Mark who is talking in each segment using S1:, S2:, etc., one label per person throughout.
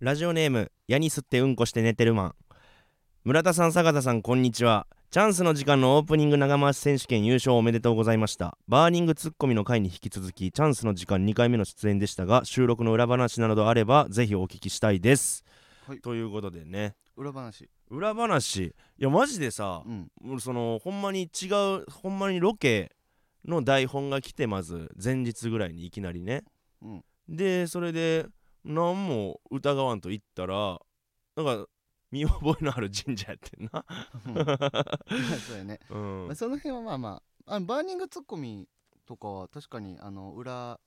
S1: ラジオネームヤニ吸ってうんこして寝てるマン村田さん坂田さんこんにちはチャンスの時間のオープニング長回し選手権優勝おめでとうございましたバーニングツッコミの回に引き続きチャンスの時間2回目の出演でしたが収録の裏話などあればぜひお聞きしたいです、
S2: はい
S1: ということでね
S2: 裏話
S1: 裏話いやマジでさ
S2: う、ん
S1: もうそのほんまに違うほんまにロケの台本が来てまず前日ぐらいにいきなりね、
S2: うん
S1: でそれで何も疑わんと言ったらなんか見覚えのある神社やってん な、
S2: そうやね、
S1: うん
S2: まあ、その辺はまあまああのバーニングツッコミとかは確かにあの裏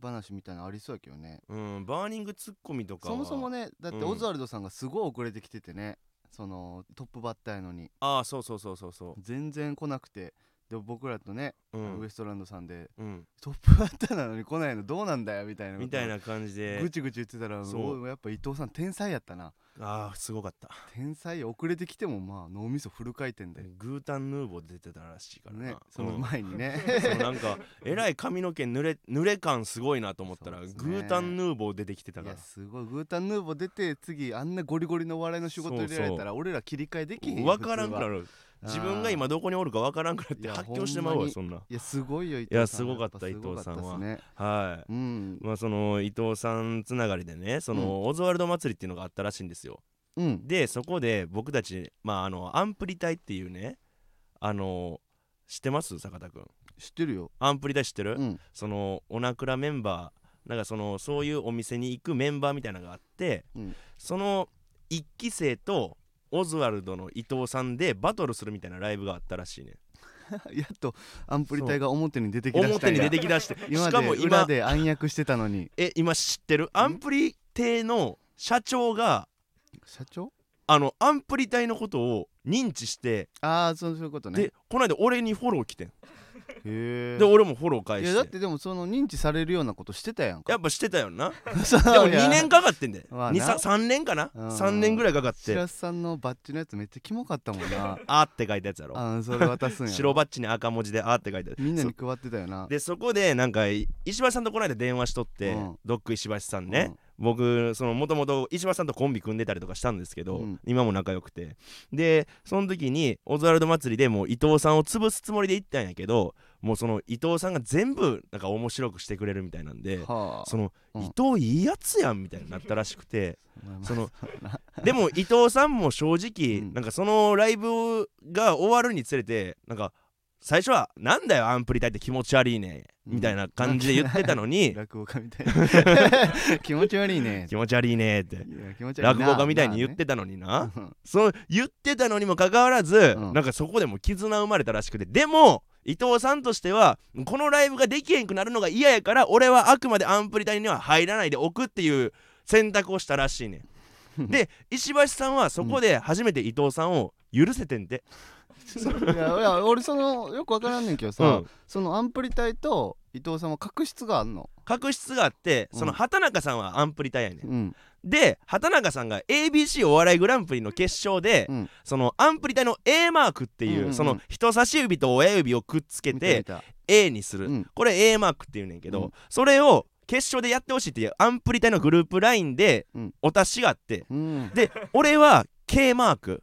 S2: 話みたいなのありそうやけどね
S1: うん、バーニングツッコミとかは
S2: そもそもねだって
S1: うん
S2: オズワルドさんがすごい遅れてきててね、そのトップバッターやのに
S1: ああそうそうそうそうそ
S2: 全然来なくてで僕らとね、
S1: う、うん
S2: ウエストランドさんで
S1: うん、
S2: トップバッターなのに来ないのどうなんだよみたいなこと
S1: みたいな感じで
S2: ぐちぐち言ってたら
S1: そう
S2: おやっぱ伊藤さん天才やったな
S1: ああすごかった
S2: 天才遅れてきてもまあ脳みそフル回転で、
S1: グータンヌーボー出てたらしいからな
S2: ねその
S1: うん
S2: 前 にね、
S1: そうなんかえらい髪の毛濡れ濡れ感すごいなと思ったら、
S2: そうですね
S1: グータンヌーボー出てきてた
S2: い
S1: か
S2: や
S1: ら
S2: すごいグータンヌーボー出て次あんなゴリゴリの笑いの仕事入れられたら俺ら切り替えできへんよ
S1: 分からんくな
S2: 普
S1: る
S2: 通は
S1: 自分が今どこにおるか分からんくなっ
S2: い
S1: て
S2: や
S1: 発狂してまう
S2: ほんま
S1: わ
S2: に
S1: そんない
S2: やすごいよ伊藤さん
S1: いやすごかった
S2: やぱすご
S1: 伊
S2: か
S1: 藤さんは
S2: っですね
S1: は
S2: うん
S1: いまあその伊藤さんつながりでねその、オズワルド祭りっていうのがあったらしいんですよ
S2: うん
S1: でそこで僕たちまああのアンプリ隊っていうねあの知ってます坂田君
S2: 知ってるよ
S1: アンプリ隊知ってる、
S2: うん
S1: そのオナクラメンバーなんかそのそういうお店に行くメンバーみたいなのがあって、
S2: うん
S1: その一期生とオズワルドの伊藤さんでバトルするみたいなライブがあったらしいね
S2: やっとアンプリ隊が表に出てきだした
S1: 表
S2: ん
S1: に
S2: や
S1: 出てきだして
S2: 今
S1: しかも
S2: で裏
S1: 今
S2: で暗躍してたのに
S1: え今知ってるアンプリ亭の社長が
S2: 社長
S1: あのアンプリ隊のことを認知して、
S2: ああそうそういうことね
S1: でこの間俺にフォロー来てん
S2: へ
S1: で俺もフォロー
S2: え
S1: 返
S2: い
S1: して
S2: やだってでもその認知されるようなことしてたやんか
S1: やっぱしてたよな
S2: そう
S1: でも
S2: いや
S1: 2年かかってんで、
S2: まあな
S1: 二三3年かな
S2: うん
S1: 3年ぐらいかかっ
S2: 白
S1: て
S2: 洲さんのバッジのやつめっちゃキモかったも んな
S1: 「あ」って書いたやつやろ
S2: あーそれ渡すんやろ
S1: 白バッジに赤文字で「あ」って書いてある
S2: みんな
S1: そ
S2: に配ってたよな
S1: でそこでなんかい石橋さんとこの間電話しとって、
S2: うん
S1: ドック石橋さんね、僕そのもともと石橋さんとコンビ組んでたりとかしたんですけど、
S2: うん
S1: 今も仲良くてでその時にオズワルド祭りでもう伊藤さんを潰すつもりで行ったんやけどもうその伊藤さんが全部なんか面白くしてくれるみたいなんで
S2: うん、はあ
S1: その、
S2: うん
S1: 伊藤いいやつやんみたいになったらしくて
S2: まあまあ
S1: そ のでも伊藤さんも正直、
S2: うん
S1: なんかそのライブが終わるにつれてなんか最初は「なんだよアンプリ隊って気持ち悪いね」みたいな感じで言ってたの に
S2: 落語家みた いな気持ち悪いね
S1: 「気持ち悪いね」って
S2: いや気持ち悪
S1: 落
S2: いな
S1: 語家みたいに言ってたのに
S2: まあ
S1: な
S2: ねうん
S1: そう言ってたのにもかかわらず、
S2: うん
S1: なんかそこでも絆生まれたらしくてでも伊藤さんとしてはこのライブができへんくなるのが嫌やから俺はあくまでアンプリ隊には入らないでおくっていう選択をしたらしいね んで石橋さんはそこで初めて伊藤さんを許せてんて、
S2: いやいや俺そのよくわからんねんけどさ、
S1: うん
S2: そのアンプリ隊と伊藤さんは確執があんの、
S1: 確執があってその
S2: うん
S1: 畑中さんはアンプリ隊やねん、
S2: うん、
S1: で畑中さんが ABC お笑いグランプリの決勝で、
S2: うん
S1: そのアンプリ隊の A マークっていう,、
S2: うんうんうん
S1: その人差し指と親指をくっつけ
S2: 見た
S1: て
S2: 見た
S1: A にする、
S2: うん
S1: これ A マークっていうねんけど、
S2: うん
S1: それを決勝でやってほしいっていうアンプリ隊のグループ LINE で
S2: うん
S1: お達しがあって、
S2: うん
S1: で俺は K マーク、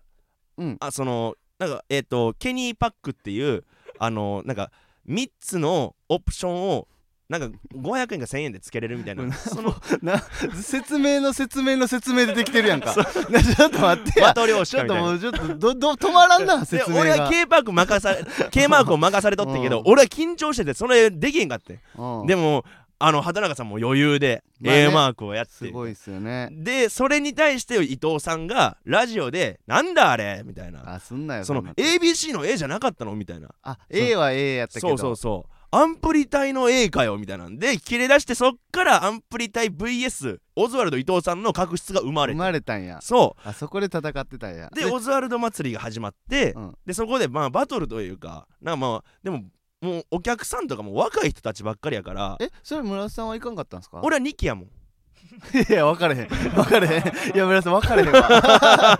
S2: うん
S1: あそのなんかえっ、とケニーパックっていうあのなんか3つのオプションをなんか500円か1000円でつけれるみたいな、
S2: うん
S1: そ の
S2: な説明の説明の説明出てきてるやんか なちょっと待って
S1: マ
S2: や
S1: トリョーシ
S2: ちょ
S1: カ
S2: っ
S1: みた
S2: と
S1: いな
S2: もうちょっとどど止まらんな
S1: で
S2: 説明が
S1: 俺は K パーク任 され K マークを任されとってんけど、
S2: うん
S1: 俺は緊張しててそれできへんかって、
S2: うん
S1: でもあの畑中さんも余裕で
S2: まあね
S1: A マークをやって、
S2: すごいっすよね
S1: でそれに対して伊藤さんがラジオで「なんだあれ?」みたいな
S2: あすんなよ
S1: その
S2: んな
S1: ABC の A じゃなかったのみたいな
S2: あ A は A やったけど
S1: そうそうそうアンプリ隊の A かよみたいなんで切れ出してそっからアンプリ隊 VS オズワルド伊藤さんの確執が生まれ
S2: 生
S1: た
S2: まれたんや
S1: そ
S2: あそこで戦ってたんや
S1: うでオズワルド祭りが始まって、
S2: うん
S1: でそこでまあバトルというかなんかまあでももうお客さんとかも若い人たちばっかりやから
S2: えそれ村田さんはいかんかったんですか
S1: 俺は2期やもん
S2: いや分かれ へん分かれへんいや村田さん分かれへん わ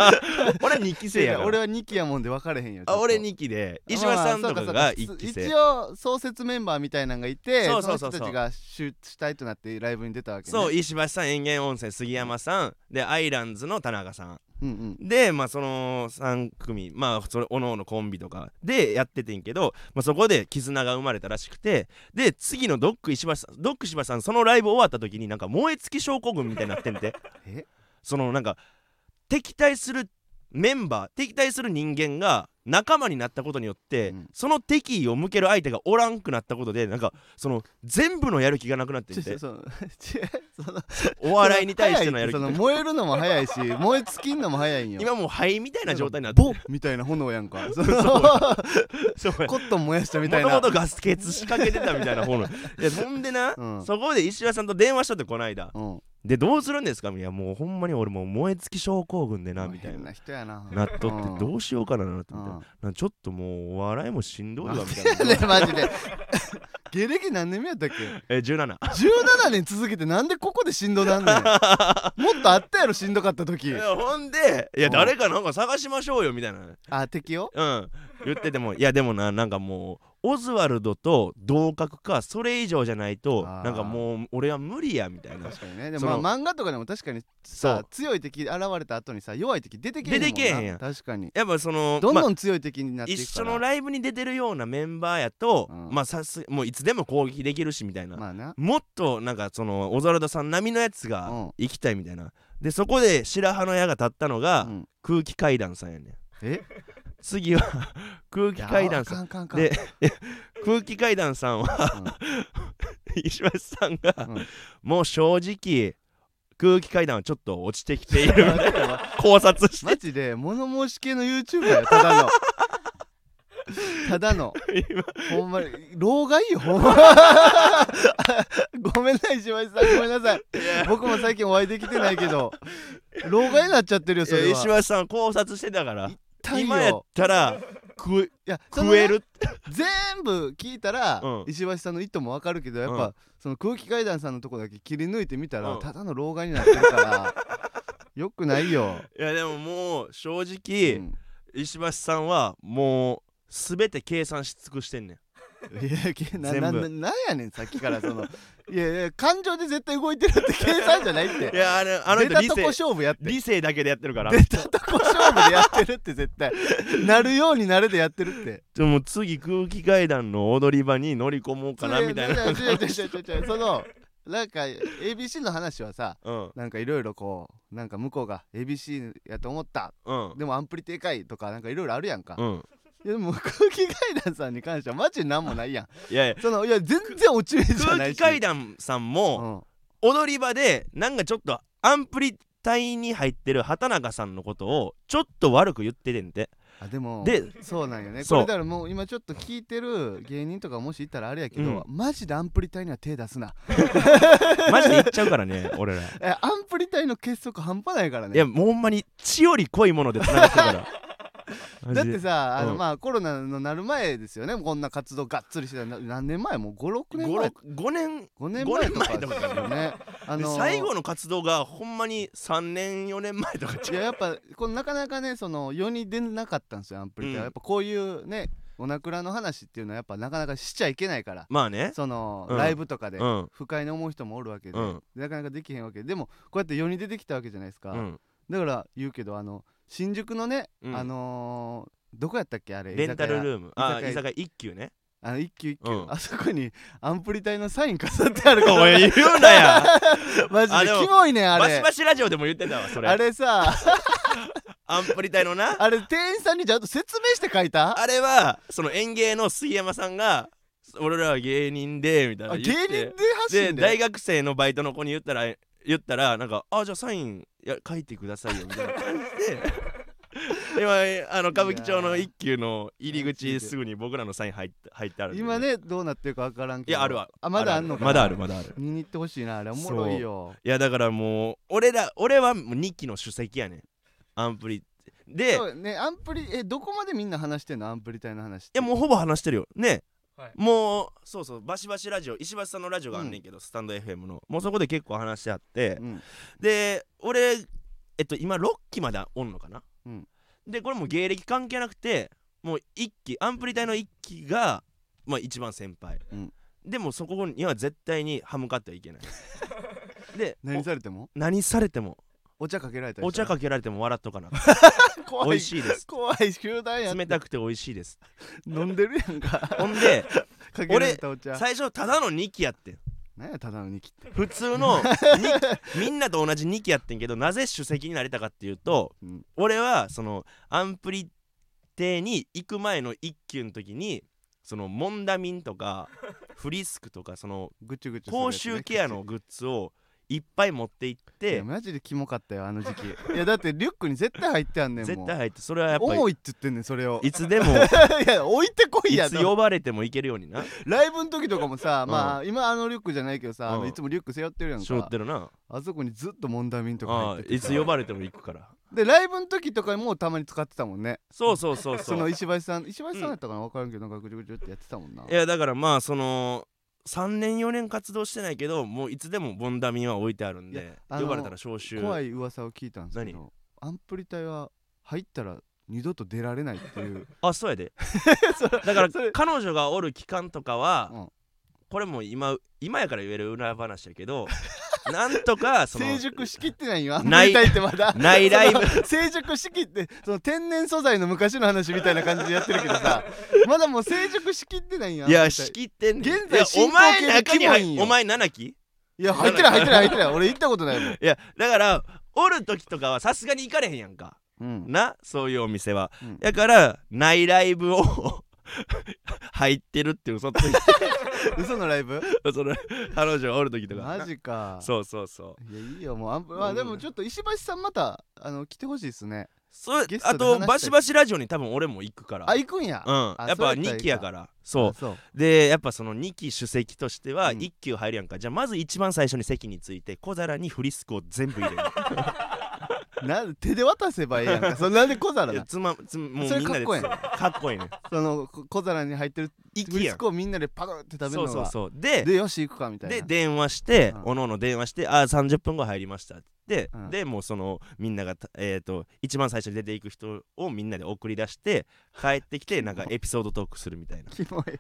S1: 俺2期生や から
S2: 俺は2期やもんで分かれへんよ
S1: あ俺
S2: に
S1: 2期で石破さんとかが1期生
S2: 一応創設メンバーみたいなのがいて
S1: そ
S2: そう
S1: そうそうそう
S2: の人たちが主主体となってライブに出たわけ、ね、
S1: そう石橋さん園芸温泉杉山さんでアイランズの田中さん
S2: うんうん
S1: でまあその3組まあそれおのおのコンビとかでやっててんけど、まあ、そこで絆が生まれたらしくてで次のドック石橋さんドック石橋さんそのライブ終わった時になんか燃え尽き症候群みたいになってんて
S2: え
S1: そのなんか敵対するメンバー敵対する人間が仲間になったことによって、
S2: うん
S1: その敵意を向ける相手がおらんくなったことでなんかその全部のやる気がなくなって
S2: ち
S1: ん
S2: ょ ち
S1: て
S2: ょその違うその
S1: お笑いに対してのやる気
S2: そ
S1: が
S2: の燃えるのも早いし燃え尽きんのも早いんよ
S1: 今もう灰みたいな状態になって
S2: ボッみたいな炎や んかその
S1: そうや
S2: コットン燃やしたみ
S1: も
S2: たい
S1: と
S2: な
S1: もとガス欠仕掛けてたみたいな方 のいやほんでな、
S2: うん
S1: そこで石原さんと電話したってこないだ
S2: うん
S1: でどうするんですかいやもうほんまに俺もう燃え尽き症候群でなみたい
S2: 変
S1: な
S2: な人やな
S1: なっとって
S2: うん
S1: どうしようかななってみたいな
S2: うん
S1: なちょっともうお笑いもしんどいわ
S2: なん
S1: み たいな
S2: でマジで芸歴何年目やったっけ
S1: え17
S2: 17年続けてなんでここでしんどなんねんもっとあったやろしんどかった時
S1: いやほんでいや
S2: うん
S1: 誰かなんか探しましょうよみたいな
S2: あ敵よ
S1: うん言っててもいやでもななんかもうオズワルドと同格かそれ以上じゃないと
S2: あー
S1: なんかもう俺は無理やみたいな
S2: 確かにねで
S1: そ
S2: も
S1: の
S2: まあ漫画とかでも確かに
S1: そう
S2: さ強い敵現れた後にさ弱い敵出てけえへんもんな
S1: 出てけえへんやん
S2: 確かに
S1: やっぱその
S2: どん
S1: まあ
S2: どん強い敵になってい
S1: 一
S2: くか
S1: 緒
S2: ら、
S1: のライブに出てるようなメンバーやと、
S2: うん
S1: まあさすもういつでも攻撃できるしみたいな、
S2: まあな
S1: もっとなんかそのオズワルドさん並みのやつ
S2: う
S1: が
S2: ん
S1: 行きたいみたいな、でそこで白羽の矢が立ったのが、
S2: うん
S1: 空気階段さんやねん
S2: え
S1: 次は空気階段さん
S2: んかんかん
S1: で空気階段さんは、 石橋さんが、
S2: うん
S1: もう正直空気階段はちょっと落ちてきている みたい
S2: マ
S1: な考察し
S2: マジで物申し系の YouTuber やただ のただの
S1: て今
S2: ほんまに老害よほんま ごめんなさい島井さんごめんなさい僕も最近お会いできてないけど老害になっちゃってるよそれ
S1: いや
S2: は
S1: 石橋さん考察してたから
S2: 痛いよ
S1: 今やったら食え
S2: いやその
S1: 食えるって
S2: 全部聞いたら、
S1: うん
S2: 石橋さんの意図もわかるけどやっぱ、
S1: うん
S2: その空気階段さんのとこだけ切り抜いてみたら、
S1: うん
S2: ただの老害になってるからよくないよ、
S1: いやでももう正
S2: う
S1: 直、
S2: ん
S1: 石橋さんはもう全て計算し尽くしてんねん
S2: いやけな
S1: 全部
S2: なななんやねんさっきからその いやいや感情で絶対動いて るって計算じゃない
S1: い
S2: って
S1: やあのあの
S2: 出
S1: 人
S2: た
S1: 理
S2: とこ
S1: 性
S2: 勝負やって
S1: 理性だけでやってるから
S2: 出たとこ勝負でやってるって絶対なるようになるでやってるって
S1: でも次空気階段の踊り場に乗り込もうかなみたいな
S2: 違う違う違う違う違うそのなんか ABC の話はさ
S1: うん
S2: なんかいろいろこうなんか向こうが ABC やと思った
S1: うん
S2: でもアンプリでかいとかなんかいろいろあるやんか、
S1: うん
S2: いやでも空気階段さんに関してはマジなんもないやん
S1: いやいや
S2: そのいや全然落ち目じゃな
S1: 空
S2: い
S1: 気
S2: し
S1: 階段さんも踊り場でなんかちょっとアンプリ隊に入ってる畑中さんのことをちょっと悪く言っててんて
S2: うん、あでも
S1: で
S2: そうなんよねこ
S1: そう
S2: れだからもう今ちょっと聞いてる芸人とかもしいたらあれやけど、マジでアンプリ隊には手出すな
S1: マジで言っちゃうからね 俺ら
S2: えアンプリ隊の結束半端ないからね
S1: いやもうほんまに血より濃いもので繋がってる からマジ
S2: だっ
S1: で
S2: てさあの、
S1: うん
S2: まあコロナのなる前ですよねこんな活動がっつりしてたな何年前もう56年前
S1: 5年
S2: 5年前とかですよねあの
S1: 最後の活動がほんまに3年4年前とか
S2: いややっぱこのなかなかねその世に出なかったんですよアンプリ隊は、
S1: うん
S2: やっぱこういうねおなくらの話っていうのはやっぱなかなかしちゃいけないから
S1: まあね
S2: その、
S1: うん
S2: ライブとかで、
S1: うん
S2: 不快に思う人もおるわけで、
S1: うん
S2: なかなかできへんわけででもこうやって世に出てきたわけじゃないですか、
S1: うん
S2: だから言うけどあの新宿のね、
S1: うん
S2: あのーどこやったっけあれ
S1: レンタル
S2: ー
S1: ルームあ
S2: 居酒屋
S1: 居酒屋一級ね
S2: あの一級一級、
S1: うん
S2: あそこにアンプリ隊のサイン飾ってあるか ら
S1: おい言うなや
S2: マジ
S1: あ
S2: で
S1: でも
S2: キモいねんあ
S1: バシ
S2: れ
S1: バシラジオでも言ってたわそれ
S2: あれさ
S1: アンプリ隊の な
S2: あれ店員さんにちゃんと説明して書いた
S1: あれはその園芸の杉山さんが俺らは芸人でみたいな
S2: あ芸
S1: 言っ
S2: 人
S1: て
S2: で発
S1: で
S2: 信
S1: 大
S2: で
S1: 学生のバイトの子に言ったら言ったらなんか「あじゃあサインや書いてくださいよ」みたいな感じで今あの歌舞伎町の一級の入り口すぐに僕らのサイン入って入ってあるんで
S2: 今ねどうなってるか分からん
S1: い
S2: けど
S1: やあるわ
S2: あまだあんのかな
S1: まだあるまだある
S2: 見に行ってほしいなあれおもろいよ
S1: いやだからもう俺ら俺はもう2期の主席やねんアンプリでい
S2: そうねアンプリえどこまでみんな話してんのアンプリ隊の話って
S1: やもうほぼ話してるよね
S3: はい
S1: もうそうそうバシバシラジオ石橋さんのラジオがあんねんけど、スタンド FM のもうそこで結構話してあって、
S2: うん
S1: で俺えっと今6期までおんのかな、
S2: うん
S1: でこれもう芸歴関係なくてもう1期アンプリ隊の1期が、まあ、一番先輩、
S2: うん
S1: でもそこには絶対に歯向かってはいけないで
S2: 何
S1: 何
S2: されても
S1: 何されても
S2: お茶かけられたり
S1: お
S2: し
S1: 茶
S2: たら
S1: かけられても笑っとかな
S2: 怖
S1: 美味しいです
S2: 怖い集団 やん
S1: 冷たくて美味しいです
S2: 飲んでるやんか
S1: ほんで
S2: かけられたお茶
S1: 最初ただの2期やってん
S2: 何やただのに切って
S1: 普通 のにみんなと同じ2期やってんけどなぜ主席になれたかっていうと、
S2: うん
S1: 俺はそのアンプリ邸に行く前の1級の時にそのモンダミンと かフリスクとかその
S2: ぐちゅぐちゅするやつね
S1: 口臭ケアのグッズをいっぱい持って行っ
S2: いや
S1: て
S2: マジでキモかったよあの時期いやだってリュックに絶対入ってあんねんもん
S1: 絶対入ってそれはやっぱ
S2: 重いって言ってん ねんそれを
S1: りいつでも
S2: いや置いてこい
S1: い
S2: や
S1: つ呼ばれても行けるようにな
S2: ライブの時とかもさ、まあ今あのリュックじゃないけどさ、あの
S1: うん
S2: いつもリュック背負ってるやん
S1: しょ
S2: か
S1: ってるな
S2: あそこにずっとモンダミンとか
S1: あ
S2: 入っ
S1: あ
S2: てて
S1: いつ呼ばれても行くから
S2: でライブの時とかもたまに使ってたもんね
S1: そうそうそうそ
S2: そうの石橋さん石橋さんやったかな、わからんけどなんかぐちゅぐちゅってやってたもんない
S1: やだからまあその3年4年活動してないけどもういつでもボンダミンは置いてあるん
S2: い
S1: で
S2: やあの
S1: 呼ばれたら招集
S2: 怖い噂を聞いたんですけどアンプリ隊は入ったら二度と出られないっていう
S1: あそうや でだから
S2: それ
S1: 彼女がおる期間とかは、
S2: うん
S1: これもう今今やから言える裏話やけど なんとか その
S2: 成熟しきってないよアンプ
S1: ない
S2: リ隊ってまだ
S1: ないライブ
S2: その成熟しきってその天然素材の昔の話みたいな感じでやってるけ どさまだもう成熟しきってないよ
S1: い
S2: アン
S1: や
S2: プリ隊
S1: 仕切ってんねん
S2: 現在
S1: いや
S2: 進
S1: お
S2: 行
S1: 前
S2: 形で
S1: 中に
S2: キモいん
S1: 入
S2: よ
S1: お前7期
S2: いや入ってない入ってない 入ってない俺行ったことないもん
S1: いやだからおる時とかはさすがに行かれへんやんか
S2: うん、
S1: なそういうお店は、
S2: うん
S1: だからないライブを 入ってるって嘘ついて
S2: 嘘のライブ
S1: その彼女がおる時とか
S2: マジか
S1: そうそうそう
S2: いやいいよもうアンプまあでもちょっと石橋さんまたあの来てほしいですね
S1: そう
S2: ゲス
S1: あと
S2: トで話したい
S1: バシバシラジオに多分俺も行くから
S2: あ行くんや、
S1: うん
S2: あ
S1: やっぱ
S2: そうやったらいいか
S1: 2期やからそ
S2: あそう
S1: うでやっぱその2期主席としては
S2: うん
S1: 1級入るやんか、じゃあまず一番最初に席について小皿にフリスクを全 部入れる
S2: なん手で渡せばいいやんかそれなんで小皿
S1: いや
S2: だ
S1: つまつもうみん
S2: そ
S1: な
S2: れ
S1: で
S2: かっこええ
S1: かっこいいね
S2: そのこ小皿に入ってる
S1: 1
S2: フ
S1: 期
S2: リ
S1: や
S2: ス
S1: ん
S2: クをみんなでパクって食べるの
S1: そう
S2: が
S1: そうそうで
S2: でよし行くかみたいな
S1: で電話して、
S2: うん
S1: おのおの電話して「ああ30分後入りました」って、
S2: うん
S1: でもうそのみんながたえっ、と一番最初に出ていく人をみんなで送り出 して帰ってきてなんかエピソードトークするみたいな
S2: キモい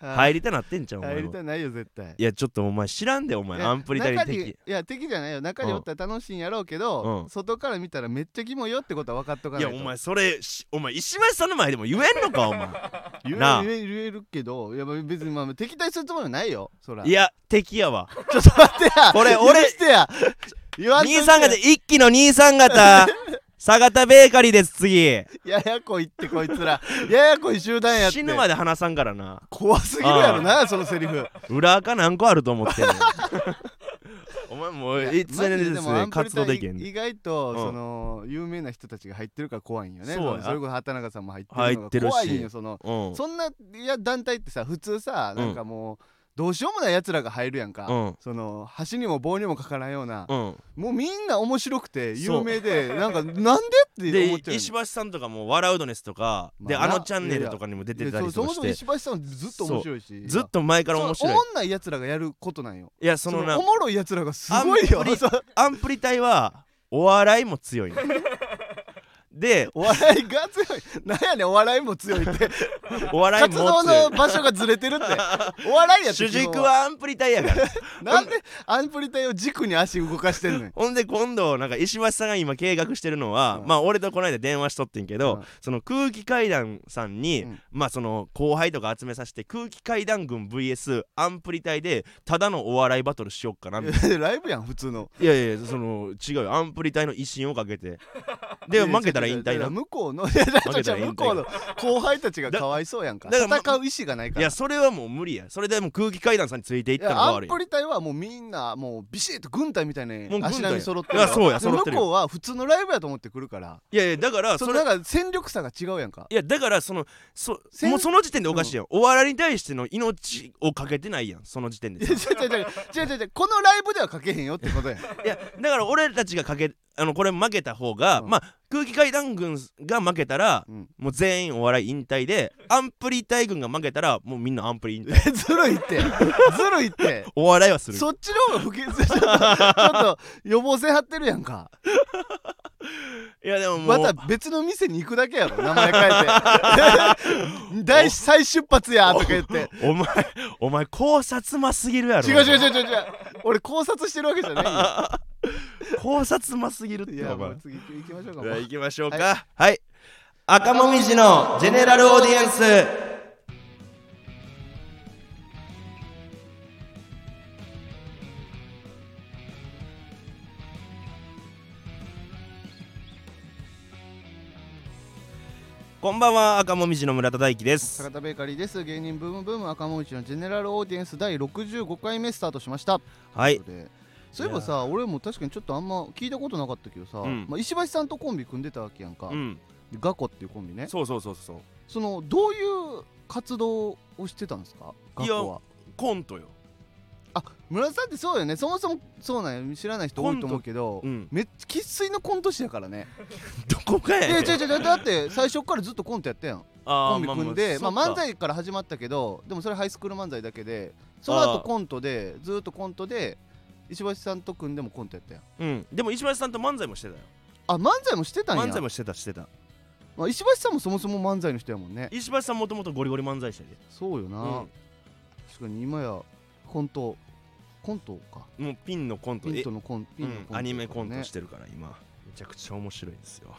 S1: 入
S2: り
S1: りたなってんじゃんお前
S2: 入り
S1: も
S2: たないよ絶対
S1: いやちょっとお前知らんでお前
S2: いや
S1: アンプリタリ
S2: 中に
S1: 敵
S2: いや敵じゃないよ中におったら楽しいんやろうけど、
S1: うん
S2: 外から見たらめっちゃキモいよってことは分かっとか
S1: い
S2: ない
S1: や
S2: と
S1: お前それしお前石橋さんの前でも言えんの かお前
S2: 言え
S1: なあ
S2: 言え言えるけどいやまあ別にまあ敵対するつもりはないよそら
S1: いや敵やわ
S2: ちょっと待ってや
S1: これ
S2: 許
S1: 俺
S2: してや言わんといて
S1: 兄さん方一期の兄さん 方佐賀ベーカリーです次
S2: ややこいってこいつらややこい集団やって
S1: 死ぬまで話さんからな
S2: 怖すぎるやろなそのセリフ
S1: 裏垢何個あると思って んのお前もういつ
S2: マジ
S1: でです
S2: もア
S1: ね
S2: ンプリ
S1: 活
S2: 隊
S1: 動できへん
S2: 意外と、
S1: うん
S2: その有名な人たちが入ってるから怖いんよね
S1: そうや
S2: のそれこそ畑中さんも入ってるの
S1: 入っ
S2: が
S1: てるし
S2: 怖いんよその
S1: うん
S2: そんないや団体ってさ普通さ
S1: うん
S2: なんかもうどうしようもないやつらが入るやんか、
S1: うん
S2: その橋にも棒にもかからんような、
S1: うん
S2: もうみんな面白くて
S1: そう
S2: 有名でなんかなんでって
S1: で
S2: 思っちゃうよね
S1: 石橋さんとかも「笑うドネス」とかで
S2: まあ
S1: あ
S2: な
S1: のチャンネルとかにも出てた
S2: い
S1: り
S2: やそ
S1: と
S2: う
S1: か
S2: そも
S1: し
S2: そ
S1: て
S2: も石橋さんはずっと面白いし
S1: ずっと前から面白い
S2: そのおもんないやつらがやることなんよ
S1: いやそ
S2: そ
S1: の
S2: の
S1: な
S2: おもろいやつらがすごい
S1: アン
S2: よ
S1: プリ
S2: そう
S1: アンプリ隊はお笑いも強いので
S2: お笑いが強いなんやねんお笑いも強いって
S1: お笑い
S2: 活
S1: も
S2: 動
S1: 強
S2: の
S1: い
S2: 場所がずれ てるってお笑いやって
S1: 主
S2: 基
S1: 軸
S2: 本
S1: はアンプリ隊やから
S2: なんでアンプリ隊を軸に足動かしてんのよ
S1: ほんで今度なんか石橋さんが今計画してるのは、
S2: うん
S1: まあ俺とこの間電話しとってんけど、
S2: うん
S1: その空気階段さんに、
S2: うん
S1: まあその後輩とか集めさせて空気階段軍 VS アンプリ隊でただのお笑いバトルしよっかなみたいな。
S2: ライブやん普通の
S1: いやいやその違うよアンプリ隊の威信をかけ てで
S2: いや
S1: 負けたら引退
S2: 違う違う
S1: な
S2: 違う向こうのい や
S1: けたら引退
S2: 向こうの後輩たちがかわいそうやんか
S1: だだから
S2: 戦う意志がないか
S1: い
S2: ら
S1: やそれはもう無理やそれでもう空気階段さんについていっ
S2: い
S1: たの
S2: や
S1: が
S2: ア
S1: 悪
S2: ン
S1: い
S2: プリ隊はもうみんなもうビシッと軍隊みたい
S1: もう軍隊
S2: な足並み揃ってる
S1: いやそうや
S2: で
S1: 揃ってるよ
S2: 向こうは普通のライブやと思ってくるから
S1: いやいやだから
S2: そ
S1: そ
S2: れ
S1: れ
S2: だから戦力差が違うやん か
S1: いやだからそのそ
S2: せん
S1: もうその時点でおかしいやん、お笑いに対しての命をかけてないやんその時点
S2: い
S1: で
S2: や違う違う違う違う違う違うこのライブでは書けへんよってことやん
S1: いやだから俺たちがかけあのこれ負けた方が、
S2: うん
S1: まあ空気階段軍が負けたら
S2: うん、
S1: もう全員お笑い引退でアンプリ隊軍が負けたらもうみんなアンプリ引退
S2: ずるいってずるいって
S1: お笑いはする
S2: そっちの方が不健全ちょっとちょっと予防線張ってるやんか
S1: いやでもも
S2: ま
S1: う、
S2: た別の店に行くだけやろ名前変え て大再出発やとか言って
S1: お前お前考察ますぎるやろ
S2: 違う違う違う違う違う俺考察してるわけ じゃな
S1: 考察ますぎるっ
S2: い
S1: て
S2: よいや
S1: お
S2: も
S1: 前
S2: う次行きましょうか
S1: じ
S2: も
S1: ゃあ
S2: う
S1: 行きましょうかはい、赤もみじのジェネラルオーディエンスこんばんは赤もみじの村田大樹です
S2: 坂田ベーカリーです芸人ブームブーム赤もみちのジェネラルオーディエンス第65回目スタートしました
S1: はい
S2: ということでそういえばさ俺も確かにちょっとあんま聞いたことなかったけどさ、
S1: うん
S2: まあ、石橋さんとコンビ組んでたわけやんか、
S1: うん
S2: ガコっていうコンビね
S1: そうそうそうそう
S2: そのどういう活動をしてたんですかガ
S1: いや
S2: コは
S1: コント よ
S2: あ村田さんってそうよねそもそもそうなんよ知らない人多いと思うけど、
S1: うん
S2: めっちゃ生粋のコント師やからね
S1: どこか
S2: い
S1: や
S2: や違う違うだって最初からずっとコントやったやんコ
S1: コ
S2: ンビ組んで、まあ漫才から始まったけどでもそれハイスクール漫才だけでその
S1: あ
S2: 後
S1: ー
S2: コントでずーっとコントで石橋さんと組んでもコントやったやん
S1: うんでも石橋さんと漫才もしてたよ
S2: あ漫才もしてたんや
S1: 漫才もしてたしてた
S2: まあ、石橋さんもそもそも漫才の人やもんね
S1: 石橋さんもともとゴリゴリ漫才師やで、
S2: そうよな、確かに今やコントコントか
S1: うんもうピンのコント
S2: ピン
S1: で
S2: トのコンピンのコント、
S1: アニメコントしてるから今めちゃくちゃ面白いんですよ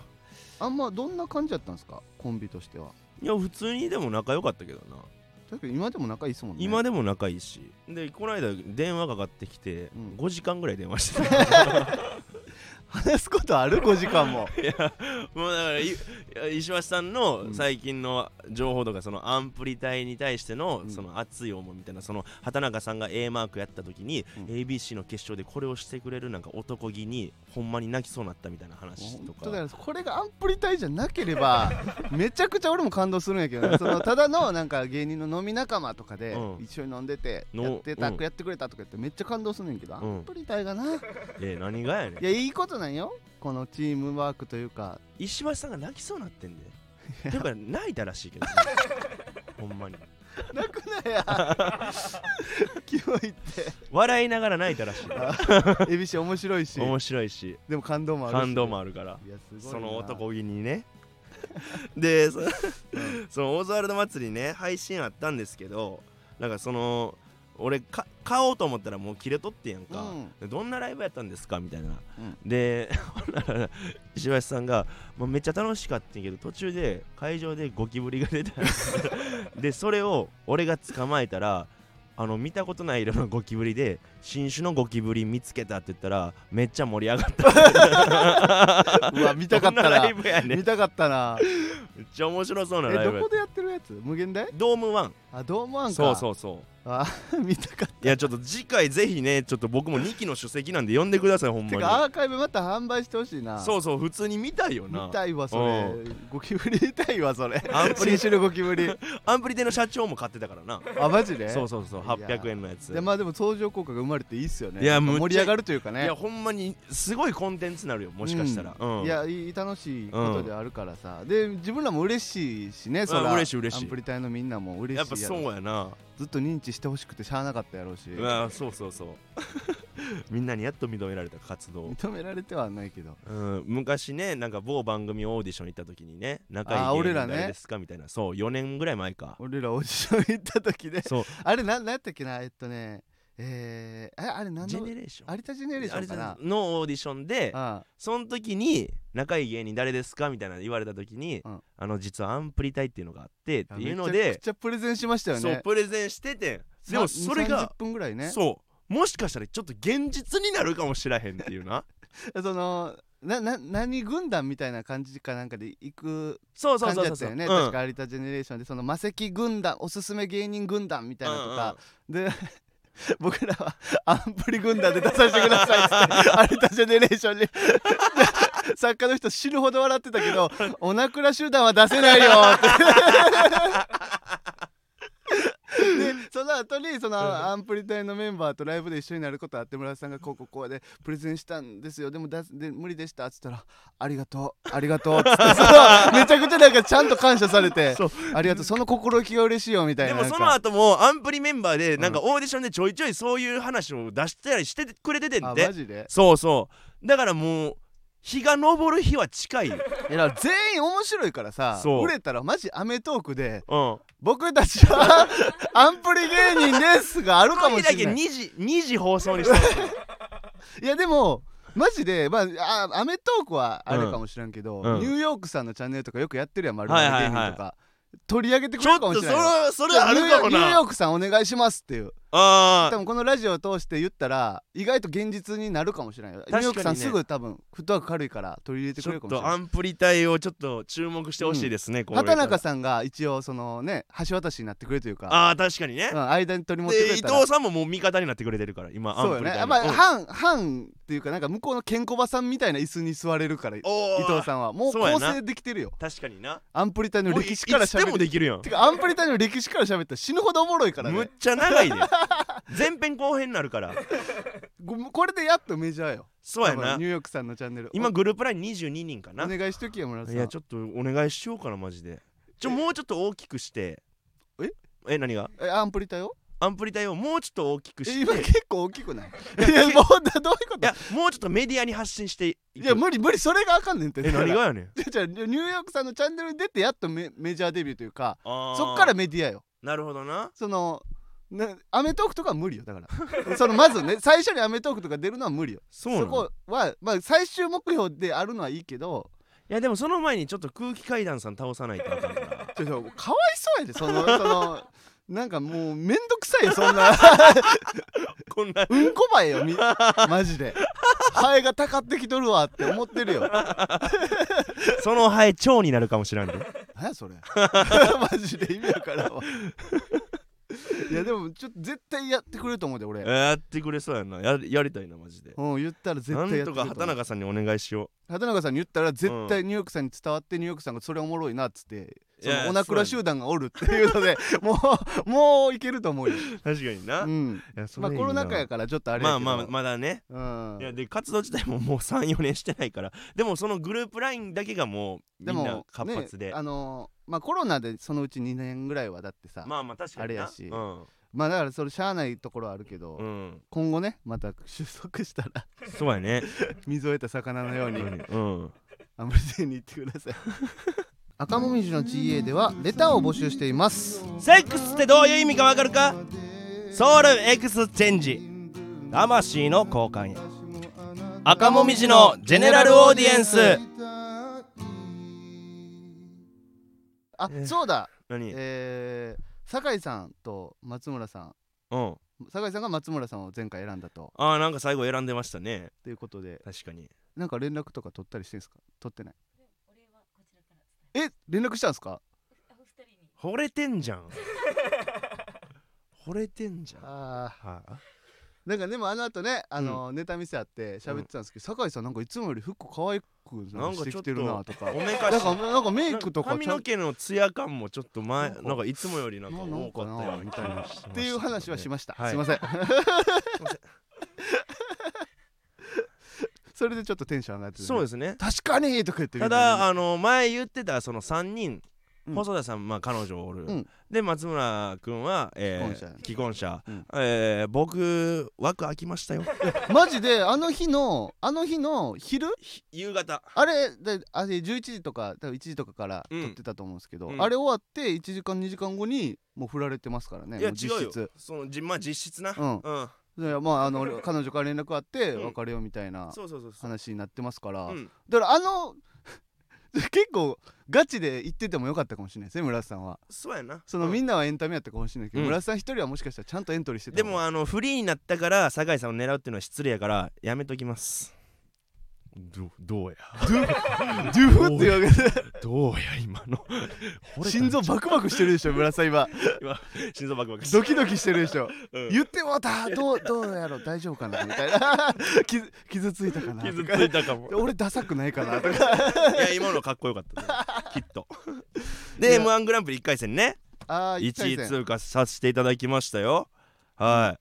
S2: あんまどんな感じだったんですかコンビとしてはい
S1: や普通にでも仲良かったけどな、
S2: だけど今でも仲いいですもんね
S1: 今でも仲いいしでこの間電話かかってきて、
S2: うん
S1: 5時間ぐらい電話して た
S2: 話すことある5時間も
S1: もうだからいいや石橋さん
S2: う
S1: の
S2: ん
S1: 最近の情報とかそのアンプリ隊に対しての
S2: うん
S1: その熱い思いみたいなその畑中さんが A マークやった時に、
S2: うん
S1: ABC の決勝でこれをしてくれるなんか男気にほんまに泣きそうになったみたいな話と
S2: 本
S1: か
S2: 当だよこれがアンプリ隊じゃなければ めちゃくちゃ俺も感動するんやけどねそのただのなんか芸人の飲み仲間とかで
S1: うん
S2: 一緒に飲んでて
S1: の
S2: やってた、
S1: うん
S2: やってくれたとか言ってめっちゃ感動するんやけど、
S1: うん
S2: アンプリ隊がな
S1: え何がやねん
S2: いやいいことなんよこのチームワークというか
S1: 石橋さんが泣きそうなってんでだから泣いたらしい けどねほんまに
S2: 泣くなやキ モいって
S1: 笑いながら泣いたらし
S2: エビシ面白いし
S1: い面白いし
S2: でも感動もあるし
S1: 感動もあるから
S2: いやすごいな
S1: その男気に ねでそ,、
S2: ん
S1: そのオズワルド祭りね配信あったんですけどなんかその俺か買おうと思ったらもう切れとってやんか、
S2: うん
S1: でどんなライブやったんですかみたいな、
S2: うん
S1: で ほんなら石橋さんが、まあ、めっちゃ楽しかったんやけど途中で会場でゴキブリが出たんですでそれを俺が捕まえたらあの見たことない色のゴキブリで新種のゴキブリ見つけたって言ったらめっちゃ盛り上がった
S2: うわ見たかった
S1: どんなラ
S2: な
S1: イブやねん
S2: 見たかったな
S1: めっちゃ面白そうな
S2: え
S1: ライブ
S2: どこでやってるやつ無限大
S1: ドームワン
S2: あドームワンか
S1: そうそううそう
S2: あ見たかっ
S1: いやちょっと次回ぜひねちょっと僕も2期の主席なんで呼んでくださいほん
S2: たて
S1: ま
S2: かアーカイブまた販売してほしいな
S1: にそうそう普通に見たいよな
S2: 見たいわそれゴキブリ見たい わそれ
S1: アンプリ
S2: 新種のゴキブリ
S1: アンプリ店の社長も買ってたからな
S2: あマジで
S1: そうそうそう
S2: いや
S1: 800円のやつ
S2: でまあでも相乗効果が生まれていいっすよね
S1: いやむっちゃ
S2: 盛り上がるというか
S1: い
S2: ね
S1: やほんまにすごいコンテンツになるよもしかしたら
S2: うん
S1: うん
S2: いやいい楽しいことであるからさ、で自分らも嬉しいしねそら
S1: 嬉しい嬉しい
S2: アンプリ隊のみんなも嬉しい
S1: やっぱそう
S2: ろ
S1: やな
S2: ずっと認知してほしくてしゃあなかったやろうし
S1: うわそうそうそう みんなにやっと認められた活動
S2: 認められてはないけど
S1: うん、昔ねなんか某番組オーディション行った時にね仲
S2: あー
S1: いい芸
S2: 俺
S1: 人
S2: らね
S1: 誰ですか、みたいなそう4年ぐらい前か
S2: 俺らオーディション行った時で
S1: そう
S2: あれななんやったっけなえっとねえー、ああれ何
S1: ジェ
S2: の
S1: ネレーション
S2: 有田ジェネレーションかな
S1: あれのオーディションで
S2: あ
S1: その時に仲いい芸人誰ですかみたいなの言われた時に、
S2: うん
S1: あの実はアンプリ隊っていうのがあってって
S2: あ
S1: いうの
S2: めちゃ
S1: で
S2: くちゃプレゼンしましたよ
S1: そう
S2: ね
S1: プレゼンしててでもそれ
S2: 2 30
S1: が、
S2: 分ぐらいねそ
S1: そうもしかしたらちょっと現実になるかもしらへんっていうな
S2: のなな何軍団みたいな感じかなんかで行く
S1: そうそう
S2: 感じ
S1: そうそ
S2: だ
S1: う
S2: った
S1: そう
S2: よね
S1: うん
S2: 確か有田ジェネレーションでその魔石軍団おすすめ芸人軍団みたいなとか、で 僕らはアンプリ軍団で出させてく ださいっつって有田ジェネレーションに で作家の人死ぬほど笑ってたけど「おな くら集団は出せないよ」って。でその後にその
S1: うん
S2: アンプリ隊のメンバーとライブで一緒になることあって村田さんがこうこうこうでプレゼンしたんですよでもだで無理でしたっつったら「ありがとうありがとう」っつってそのめちゃくちゃなんかちゃんと感謝されて
S1: そう
S2: 「ありがとうその心意気が嬉しいよ」みたい
S1: で
S2: な
S1: も
S2: なん
S1: そ
S2: か
S1: の後もアンプリメンバーで
S2: ん
S1: なんかオーディションでちょいちょいそういう話を出したりしてくれててん
S2: あ
S1: て
S2: マジで
S1: そうそうだからもう日が昇る日は近いよ、
S2: いやだから全員面白いからさ
S1: そう
S2: 売れたらマジ『アメトーーク』で
S1: うん、
S2: 「僕たち はアンプリ芸人です」がある
S1: この
S2: かも
S1: 日
S2: し
S1: だ
S2: れ
S1: け
S2: ない。
S1: 2時2時放送にしたい
S2: いやでもマジでまああアメトーークはあれかもしれんけど、
S1: うんうん
S2: ニューヨークさんのチャンネルとかよくやってるやん丸
S1: はい
S2: 々
S1: はい
S2: 芸
S1: はい
S2: 人とか、取り上げてく
S1: ち
S2: れ
S1: ょっ
S2: るかも
S1: と
S2: し
S1: それ
S2: れないよ
S1: はそれはあるかも
S2: ニューニュー
S1: な
S2: ヨークさんお願いしますっていう
S1: あ
S2: 多分このラジオを通して言ったら意外と現実になるかもしれないよ、
S1: 確
S2: ニ
S1: かにね
S2: ューヨークさんすぐ多分フットワーク軽いから取り入れ
S1: ー
S2: て
S1: ち
S2: くれ
S1: ょっ
S2: るかもしれ
S1: と
S2: な
S1: ア
S2: い
S1: ンプリ隊をちょっと注目してほしいですね、こういう
S2: 畑中さんが一応そのね橋渡しになってくれるというか、
S1: ああ確かにね
S2: う、ん、間に取り持ってく
S1: で
S2: れ
S1: 伊
S2: たら
S1: 藤さんももう味方になってくれてるから今アン
S2: そうよ
S1: プリ
S2: ね
S1: 隊
S2: あ
S1: の
S2: ま
S1: う
S2: あ
S1: ん
S2: 半半っていうかなんか向こうのケンコバさんみたいな椅子に座れるから伊
S1: おー
S2: 藤さんはもう
S1: そうや
S2: 構
S1: な
S2: 成できてるよ
S1: 確かにな
S2: アンプリ隊の
S1: もうい
S2: 歴史から
S1: いつで
S2: 喋
S1: も
S2: る
S1: できるやん
S2: てかアンプリ隊の歴史から喋ったら死ぬほどおもろいから
S1: むっ
S2: ね
S1: ちゃ長いで前編後編になる から
S2: ごこれでやっとメジャーよ
S1: そうや
S2: 多分
S1: な
S2: ニューヨークさんのチャンネル
S1: 今グループライン22人か
S2: お
S1: な
S2: お
S1: い
S2: 願いしときよ村田さん
S1: やちょっとお願いしようかなマジでちょもうちょっと大きくして
S2: え
S1: え何が
S2: えアンプリ隊よ
S1: アンプリ隊をもうちょっと大きく
S2: え
S1: してい
S2: 今結構大きくないいやもうだどういうこと
S1: やもうちょっとメディアに発信していく
S2: いや無理無理それがあかんねんって
S1: え
S2: だから
S1: 何がやねん
S2: じゃじゃニューヨークさんのチャンネルに出てやっとメメジャーデビューというかそ
S1: そ
S2: っからメディアよ
S1: なるほどな
S2: そのなアメトーークとかは無理よだから そのまずね最初にアメトーークとか出るのは無理よ
S1: そうな
S2: そ
S1: の
S2: こはまあ最終目標であるのはいいけど
S1: いやでもその前にちょっと空気階段さん倒さないとあかん から
S2: ちょちょかわいそうやでそのそのなんかもうめんどくさいよそんな
S1: こんな
S2: うんこばえよみマジでハエがたかってきとるわって思ってるよ
S1: そのハエ蝶になるかもしれんで
S2: 何やそれ マジで意味わからんわいやでもちょっと絶対やってくれると思うで俺
S1: やってくれそうやんなややりたいなマジで
S2: うん言ったら絶対
S1: な
S2: やってく
S1: ん
S2: れると
S1: と
S2: 思
S1: か
S2: う
S1: 畑中さんにお願いしよ
S2: 畑中さんに言ったら絶対ニューヨークさんに伝わってニューヨークさんがそれおもろいなっつって
S1: い
S2: そ
S1: や
S2: のオナクラ集団がおるっていう のでもうもういけると思うよ、
S1: う確かにな、
S2: うん、
S1: いやそ
S2: まあ
S1: れいい
S2: コ
S1: な
S2: ロナ禍やからちょっとあれ
S1: ま
S2: やけ
S1: あ
S2: ど
S1: まあまだね
S2: うん
S1: いやで活動自体ももう34年してないからでもそのグループラインだけがもうみ
S2: で
S1: ん
S2: も
S1: な活発で
S2: ね、あのーまあコロナでそのうち2年ぐらいはだってさまあ、
S1: まあまあ確かにな
S2: あれや
S1: う
S2: し
S1: ん、
S2: だからそれしゃあないところはあるけど、
S1: うん、
S2: 今後ねまた収束したら
S1: そうやね
S2: 水を得た魚のように
S1: うん
S2: アムリテに行ってくだ さい赤もみじの GA ではレターを募集しています
S1: セックスってどういう意味かわかるかソウルエクスチェンジ魂の交換や赤もみじのジェネラルオーディエンス
S2: あ
S1: えー
S2: そうだ
S1: 何
S2: えー、酒井さんと松村さん
S1: うん
S2: 酒井さんが松村さんを前回選んだと
S1: ああなんか最後選んでましたね
S2: ということで
S1: 確かに
S2: なんか連絡とか取ったりしてんすか取ってないえ連絡したんすか
S1: 惚れてんじゃん惚れてんじゃん
S2: あ
S1: はあ
S2: ーなんかでもあの後ねあの、ネタ見せあって喋ってたんですけど、酒井さんなんかいつもより服可愛くな
S1: なんん
S2: か
S1: か
S2: して
S1: ちょっ
S2: き
S1: てと
S2: るなとか
S1: おめか
S2: なん
S1: し
S2: かなんかメイクとか
S1: 髪
S2: ちゃん
S1: の毛のツヤ感もちょっと前
S2: なんか
S1: なんかいつもよりなんか
S2: なん
S1: 多
S2: か
S1: かった
S2: な
S1: よ
S2: み
S1: み
S2: た
S1: た
S2: い
S1: い
S2: な
S1: な
S2: っていう話はしました、
S1: はい
S2: すいません
S1: ません
S2: それでちょっとテンション上がってたね
S1: そうですね
S2: 確かにとか言って
S1: ただあの前言ってたその3人
S2: うん
S1: 細田さんまあ彼女おる
S2: うん
S1: で松村君はえー既婚者
S2: うん
S1: えー僕枠空きましたよ
S2: マジであの日のあの日の昼
S1: 夕方
S2: あれであれ11時とか多分1時とかから
S1: うん
S2: 撮ってたと思うんですけど、
S1: うん
S2: あれ終わって1時間2時間後にもう振られてますからね
S1: いや
S2: もう
S1: 違
S2: 実
S1: う
S2: 質
S1: よそのじまあ実質な
S2: うん
S1: うん
S2: いやまああの俺彼女から連絡あって
S1: うん
S2: 別れようみたいな
S1: そうそうそうそう
S2: 話になってますから、
S1: うん
S2: だからあの 結構ガチで言っててもよかったかもしれないですね村瀬さんは
S1: そうやな
S2: その
S1: うん
S2: みんなはエンタメやったかもしれないけど、
S1: うん
S2: 村瀬さん一人はもしかしたらちゃんとエントリーしてた
S1: で
S2: か
S1: もあのフリーになったから酒井さんを狙うっていうのは失礼やからやめときますどどうや
S2: ドゥフって言うわけで
S1: どうや今 の
S2: 心臓バクバクしてるでしょ村瀬さん今
S1: 心臓バクバクして
S2: ドキドキしてるでしょ
S1: うん
S2: 言ってもうたどうどうやろう大丈夫かなみたいな 傷傷ついたかな
S1: 傷
S2: と
S1: つ
S2: か
S1: いたかも
S2: 俺ダサくないかなとか
S1: いや今のかっこよかったねきっとで m 1グランプリ1回戦ね
S2: ああ
S1: 1位
S2: 回戦
S1: 通過させていただきましたよは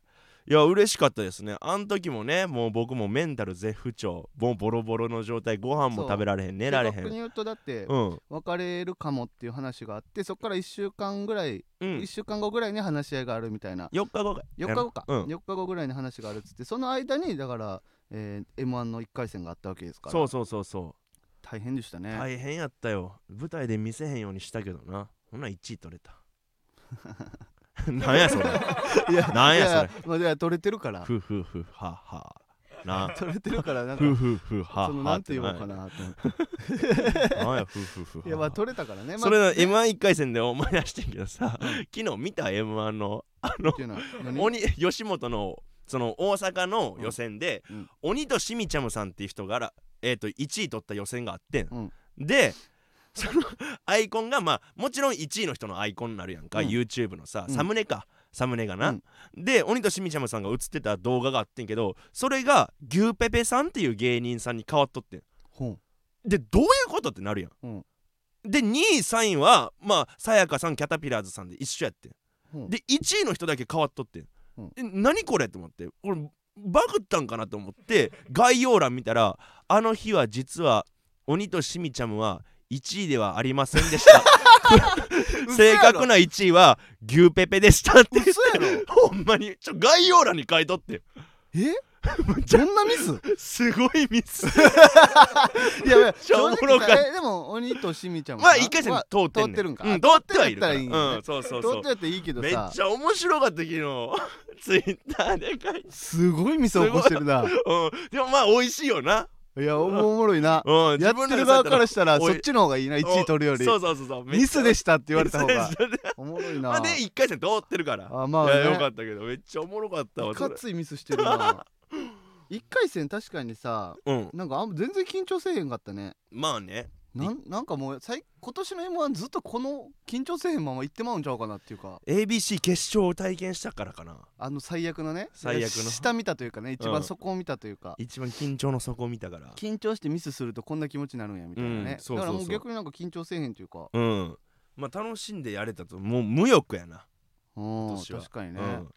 S1: い、いや嬉しかったですねあの時もねもう僕もメンタル絶不調もうボロボロの状態ご飯も
S2: そう
S1: 食べられへん寝られへ
S2: 正
S1: ん
S2: 確に言うとだって
S1: うん
S2: 別れるかもっていう話があってそこから1週間ぐらい、
S1: うん
S2: 1週間後ぐらいに話し合いがあるみたいな
S1: 4日後か
S2: 4日後か、
S1: うん
S2: 4日後ぐらいに話があるっつってその間にだから、えー、m 1の1回戦があったわけですから
S1: そうそうそうそう
S2: 大変でしたね、
S1: 大変やったよ舞台で見せへんようにしたけどなほな1位取れた なんやそれ
S2: いや
S1: なんやそれ
S2: いまあ、いや取れてるから
S1: ふふふははな
S2: 取れてるからなんか
S1: ふふふはは
S2: そのなんて言おうか
S1: な
S2: なと思って
S1: なんやふふふはい
S2: やまあ取れたからね、まあ、
S1: それの m 1 1回戦で思い出してんけどさ昨日見た m 1の
S2: っていうのは何
S1: 鬼 吉本のその大阪の予選で、
S2: うんうん
S1: 鬼としみちゃむさんっていう人がら、えー、と1位取った予選があってん、
S2: うん
S1: でその アイコンがまあもちろん1位の人のアイコンになるやんか、
S2: うん
S1: YouTube のさ
S2: うん
S1: サムネか、サムネがな、
S2: うん
S1: で鬼としみちゃむさんが映ってた動画があってんけどそれが牛ペペさんっていう芸人さんに変わっとってん
S2: ほう
S1: でどういうことってなるやん、
S2: うん
S1: で2位3位はまあさやかさんキャタピラーズさんで一緒やってん
S2: ほう
S1: で1位の人だけ変わっとってん、
S2: うん
S1: え何これと思って俺バグったんかなと思って概要欄見たら「あの日は実は鬼としみちゃむは1位ではありませんでした 正確な1位は牛ペペでした」って
S2: 嘘や ろ
S1: ほんまにちょ概要欄に書いとってん
S2: え
S1: むっち
S2: そ
S1: ゃ
S2: んなミス
S1: すごいミス
S2: いやいや
S1: ちゃおもろかった
S2: 正直さえでも鬼としみちゃん
S1: まあ1回戦
S2: は
S1: 通ってんね
S2: 通ってるんか
S1: う
S2: あ
S1: ん、通ってはいるから
S2: 通ってたらいいんやね
S1: うん、そうそう
S2: 通
S1: そ
S2: っ
S1: う
S2: てやっていいけど
S1: めっ
S2: さ
S1: ちゃ面白かった昨日 ツイッターで書いて、
S2: すごいミス起こしてるな
S1: うん、でもまあ美味しいよない
S2: やおもおもろいな
S1: うん、
S2: やってる側からしたら
S1: おい
S2: そっちの方がいいな1位取るより
S1: そうそうそうそう
S2: ミスで
S1: し
S2: したって言われた方 が
S1: でした
S2: おもろい
S1: まあ
S2: な
S1: で1回戦通ってるから
S2: あまあ
S1: いやよか
S2: ね
S1: ったけどめっちゃおもろかったわ
S2: い
S1: そ
S2: か
S1: れ
S2: ついミスしてるな一回戦確かにさ
S1: うん
S2: なんかあん全然緊張せえへんかったね
S1: まあね
S2: なんなんかもう最今年の m 1ずっとこの緊張せえへんまま行ってまうんちゃうかなっていうか
S1: ABC 決勝を体験したからかな
S2: あの最悪のね
S1: 最悪の
S2: し下見たというかね一
S1: うん
S2: 番底を見たというか、
S1: 一番緊張の底を見たから
S2: 緊張してミスするとこんな気持ちになるんやみたいなね、
S1: うんそうそうそう
S2: だからもう逆になんか緊張せえへんというか
S1: うんまあ楽しんでやれたともう無欲やな、
S2: うん
S1: 今年は
S2: 確かに
S1: う
S2: ね、
S1: ん、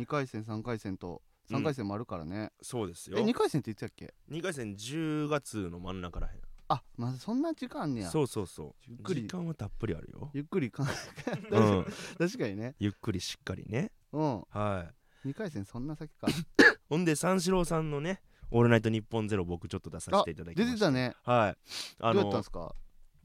S2: 2回戦3回戦と
S1: うん
S2: 3回戦もあるからね、
S1: そうですよ
S2: え2回戦っていつやっけ
S1: 2回戦10月の真ん中らへん
S2: あまあそんな時間あんねや
S1: そうそうそ
S2: ゆっ
S1: う
S2: く
S1: 時
S2: り
S1: 間はたっぷりあるよ、
S2: ゆっくりか
S1: う
S2: 確
S1: ん、
S2: かにね
S1: ゆっくりしっかりね
S2: うん
S1: はい
S2: 2回戦そんな先か
S1: ほんで三四郎さんのね「オールナイトニッポンゼロ僕ちょっと 出させていただきま
S2: 出
S1: した
S2: てたね
S1: はい
S2: ど
S1: あ
S2: うやったん
S1: の
S2: ですか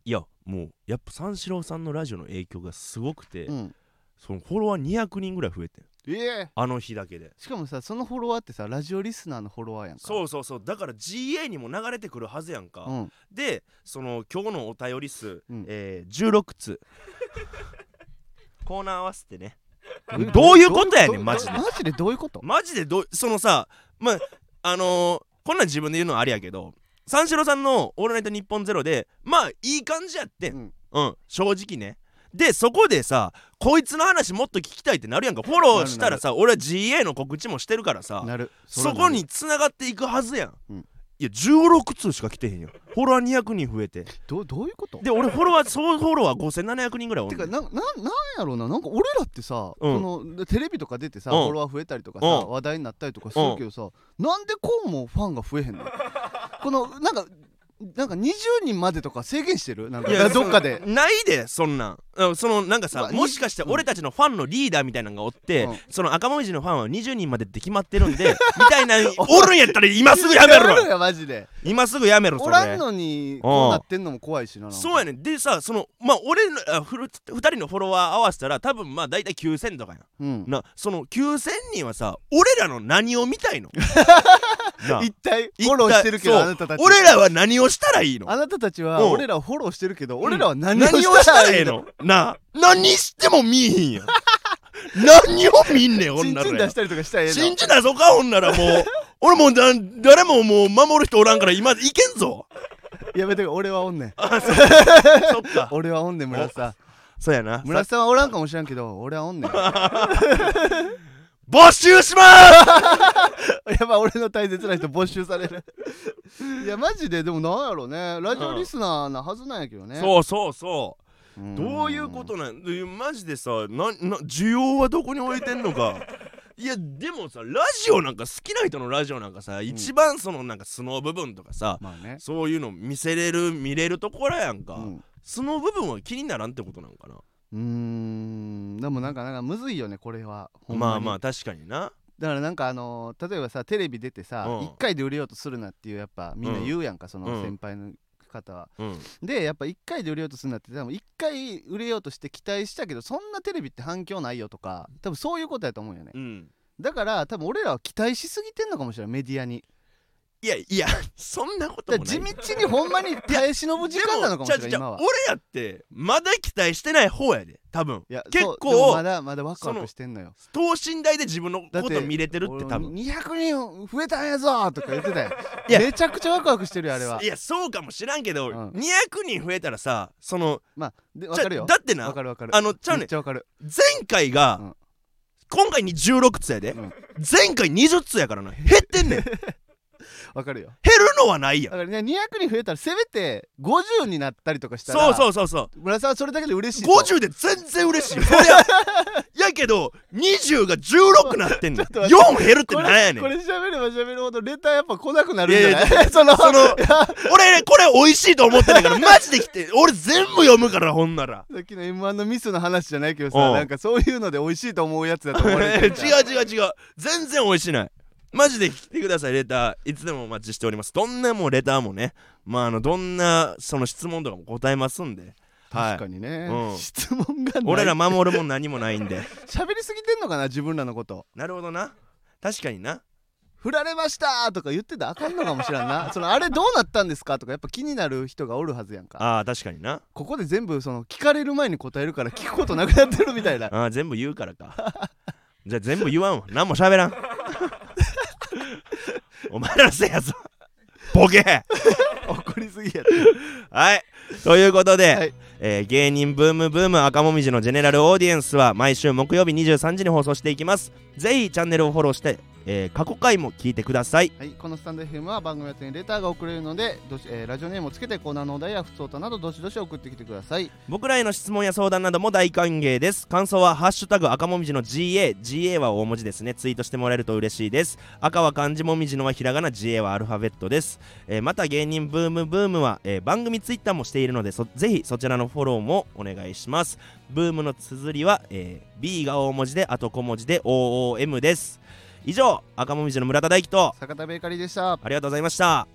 S1: いやもうやっぱ三四郎さんのラジオの影響がすごくて、
S2: うん
S1: そのフォロワー200人ぐらい増えてん
S2: ええ
S1: あの日だけで
S2: しかもさそのフォロワーってさラジオリスナーのフォロワーやんか、
S1: そううそうそうだから GA にも流れてくるはずやんか、
S2: うん、
S1: でその今日のお便り数、
S2: うん
S1: えー、16通 コーナー合わせてねどういうことやねんマジで
S2: マジでどういうこと
S1: マジでどうそのさまああのーこんなん自分で言うのはあれやけど三四郎さんの「オールナイトニッポンゼロでまあいい感じやってん
S2: うん
S1: うん、正直ねでそこでさこいつの話もっと聞きたいってなるやんかフォローしたらさ俺は GA の告知もしてるからさ
S2: なる
S1: そこに繋がっていくはずやん、
S2: うん
S1: いや16通しか来てへんよフォロワー200人増えて
S2: どどういうこと
S1: で俺フォロワー総フォロワー5700人ぐらいお
S2: て
S1: んね
S2: か
S1: ん
S2: なんなんなんやろうななんか俺らってさ、
S1: うん
S2: このテレビとか出てさ、
S1: うん
S2: フォロワー増えたりとかさ、
S1: うん
S2: 話題になったりとかするけどさ、なんでこうもファンが増えへ んのこのなんかなんか20人までとか制限してるなん
S1: いや
S2: かどっかで、
S1: ないでそんなんうんそのなんか
S2: ま
S1: さ
S2: あ
S1: もしかして
S2: うん
S1: 俺たちのファンのリーダーみたいなのがおって、
S2: うん
S1: その赤もみじのファンは20人までって決まってるん でみたいなおるんやったら今すぐやめ
S2: やめろ
S1: ろ
S2: よマジで
S1: 今すぐやめろそ
S2: おらん
S1: れ
S2: のにこうなってんのも怖いしななんか
S1: そうやねんでさそのまあ俺のあふる2人のフォロワー合わせたら多分まあ大体9000とかや
S2: うん
S1: んなその9000人はさ俺らの何を見た いのな
S2: 一体フォローしてるけど
S1: そう
S2: あなたたち
S1: 俺らは何をしたらいいの
S2: あなたたち
S1: う
S2: は
S1: ん
S2: 俺らをフォローしてるけど
S1: ん
S2: 俺らは何を
S1: 何をし
S2: した
S1: た
S2: ら
S1: ら
S2: い
S1: え
S2: い
S1: え
S2: の
S1: のなあ何しても見えへんやん何を見んねん
S2: チン
S1: 女
S2: チン
S1: ら
S2: 出したりとかしたらええ
S1: 信
S2: の
S1: じなそかほんならも う俺もうだ誰ももう守る人おらんから今いけんぞ
S2: やめて俺は おんねん
S1: そっか
S2: 俺はおんねん村瀬さん
S1: そうやな
S2: 村瀬さんはおらんかもしれんけど俺はお んねんや
S1: 募集し ます
S2: っぱ俺の大切な人募集さ れるいやマジででもなんやろうねラジオリスナーなはずなんやけどね
S1: そうそうそうどういうことなんでマジでさなな需要はどこに置いてんの かいやでもさラジオなんか好きな人のラジオなんかさ、一番そのなんか素の部分とかさ
S2: まあね、
S1: そういうの見せれる見れるところやんか、
S2: うん
S1: 素の部分は気にならんってことなんかな
S2: うーんでもなんかなんかむずいよねこれはほん
S1: まあ
S2: に
S1: まあ確かにな
S2: だからなんかあのー例えばさテレビ出てさ、
S1: うん
S2: 1回で売れようとするなっていうやっぱみんな言うやんか、そ
S1: うん
S2: の先輩の方は、
S1: うん
S2: でやっぱ1回で売れようとするなって多分1回売れようとして期待したけどそんなテレビって反響ないよとか多分そういうことやと思うよね、
S1: うん
S2: だから多分俺らは期待しすぎてんのかもしれないメディアに
S1: いやいや そんなこと
S2: だ
S1: も
S2: か
S1: ない
S2: ら地道にほんまに耐え忍ぶ時間なのかもしれない
S1: でも
S2: 今は
S1: ちゃうちゃう俺やってまだ期待してない方やで多分
S2: いや
S1: 結
S2: そうでもま
S1: 構
S2: だまだワク
S1: そ
S2: ワ
S1: の
S2: クしてんのよ
S1: 等身大で自分の
S2: だっ
S1: こと見れてるって
S2: 俺
S1: 多分
S2: 200人増えたんやぞとか言ってたよ
S1: いや
S2: めちゃくちゃワクワクしてるよあれはい
S1: やそうかもしらんけど、
S2: うん
S1: 200人増えたらさその
S2: まあでわ
S1: ちゃ
S2: かるよ
S1: だってな
S2: わかるわかる
S1: あのちゃう
S2: め
S1: ね
S2: っちゃわかる
S1: 前回が、
S2: うん
S1: 今回に16通やで、
S2: うん
S1: 前回20通やからな減って んねん減る
S2: わかるよ
S1: のはないや
S2: だ
S1: ん
S2: からね200人増えたらせめて50になったりとかしたら
S1: そうそううそうそう
S2: 村さんはそれだけで嬉しいと
S1: 50で全然嬉しいよそりゃ やけど20が16なってんねん
S2: ちょっと
S1: 4減るって
S2: こ
S1: なんや
S2: れ
S1: ねん
S2: こ
S1: 俺
S2: れ喋れば喋るほどレターやっぱ来なくなるんじゃないそ
S1: その
S2: いや
S1: ねこれ美味しいと思ってないからマジで来て俺全部読むからほんなら
S2: さっきの M1 のミスの話じゃないけど
S1: う
S2: さ
S1: ん
S2: なんかそういうので美味しいと思うやつだと思
S1: 違う
S2: われてるから
S1: 違う違う全然美味しないマジで来てくださいレターいつでもお待ちしておりますどんなもうレターもねまああのどんなその質問とかも答えますんで
S2: 確か
S1: はい
S2: にね、
S1: うん
S2: 質問がない
S1: 俺ら守るもん何もないん で
S2: 喋りすぎてんのかな自分らのこと
S1: なるほどな確かにな
S2: 振られましたとか言ってたらあかんのかもしらんなそのあれどうなったんですかとかやっぱ気になる人がおるはずやんか
S1: あー確かにな
S2: ここで全部その聞かれる前に答えるから聞くことなくなってるみたいな
S1: あー全部言うからかじゃあ全部言わんわ何も喋らん お前らせやぞボケ
S2: 怒りすぎや
S1: はいということで、
S2: はい
S1: えー芸人ブームブーム赤もみじのジェネラルオーディエンスは毎週木曜日23時に放送していきますぜひチャンネルをフォローして、えー過去回も聞いてください
S2: はい、このスタンド FM は番組宛てにレターが送れるのでどし、えーラジオネームをつけてコーナーのお題や普通歌などどしどし送ってきてください
S1: 僕らへの質問や相談なども大歓迎です感想は「ハッシュタグ赤もみじの GAGA」GA は大文字ですねツイートしてもらえると嬉しいです赤は漢字もみじのはひらがな GA はアルファベットです、えーまた芸人ブームブームは、えー番組ツイッターもしているのでそぜひそちらのフォローもお願いしますブームの綴りは、えー B が大文字であと小文字で OOM です以上赤もみじの村田大樹と
S2: 坂田ベーカリーでした
S1: ありがとうございました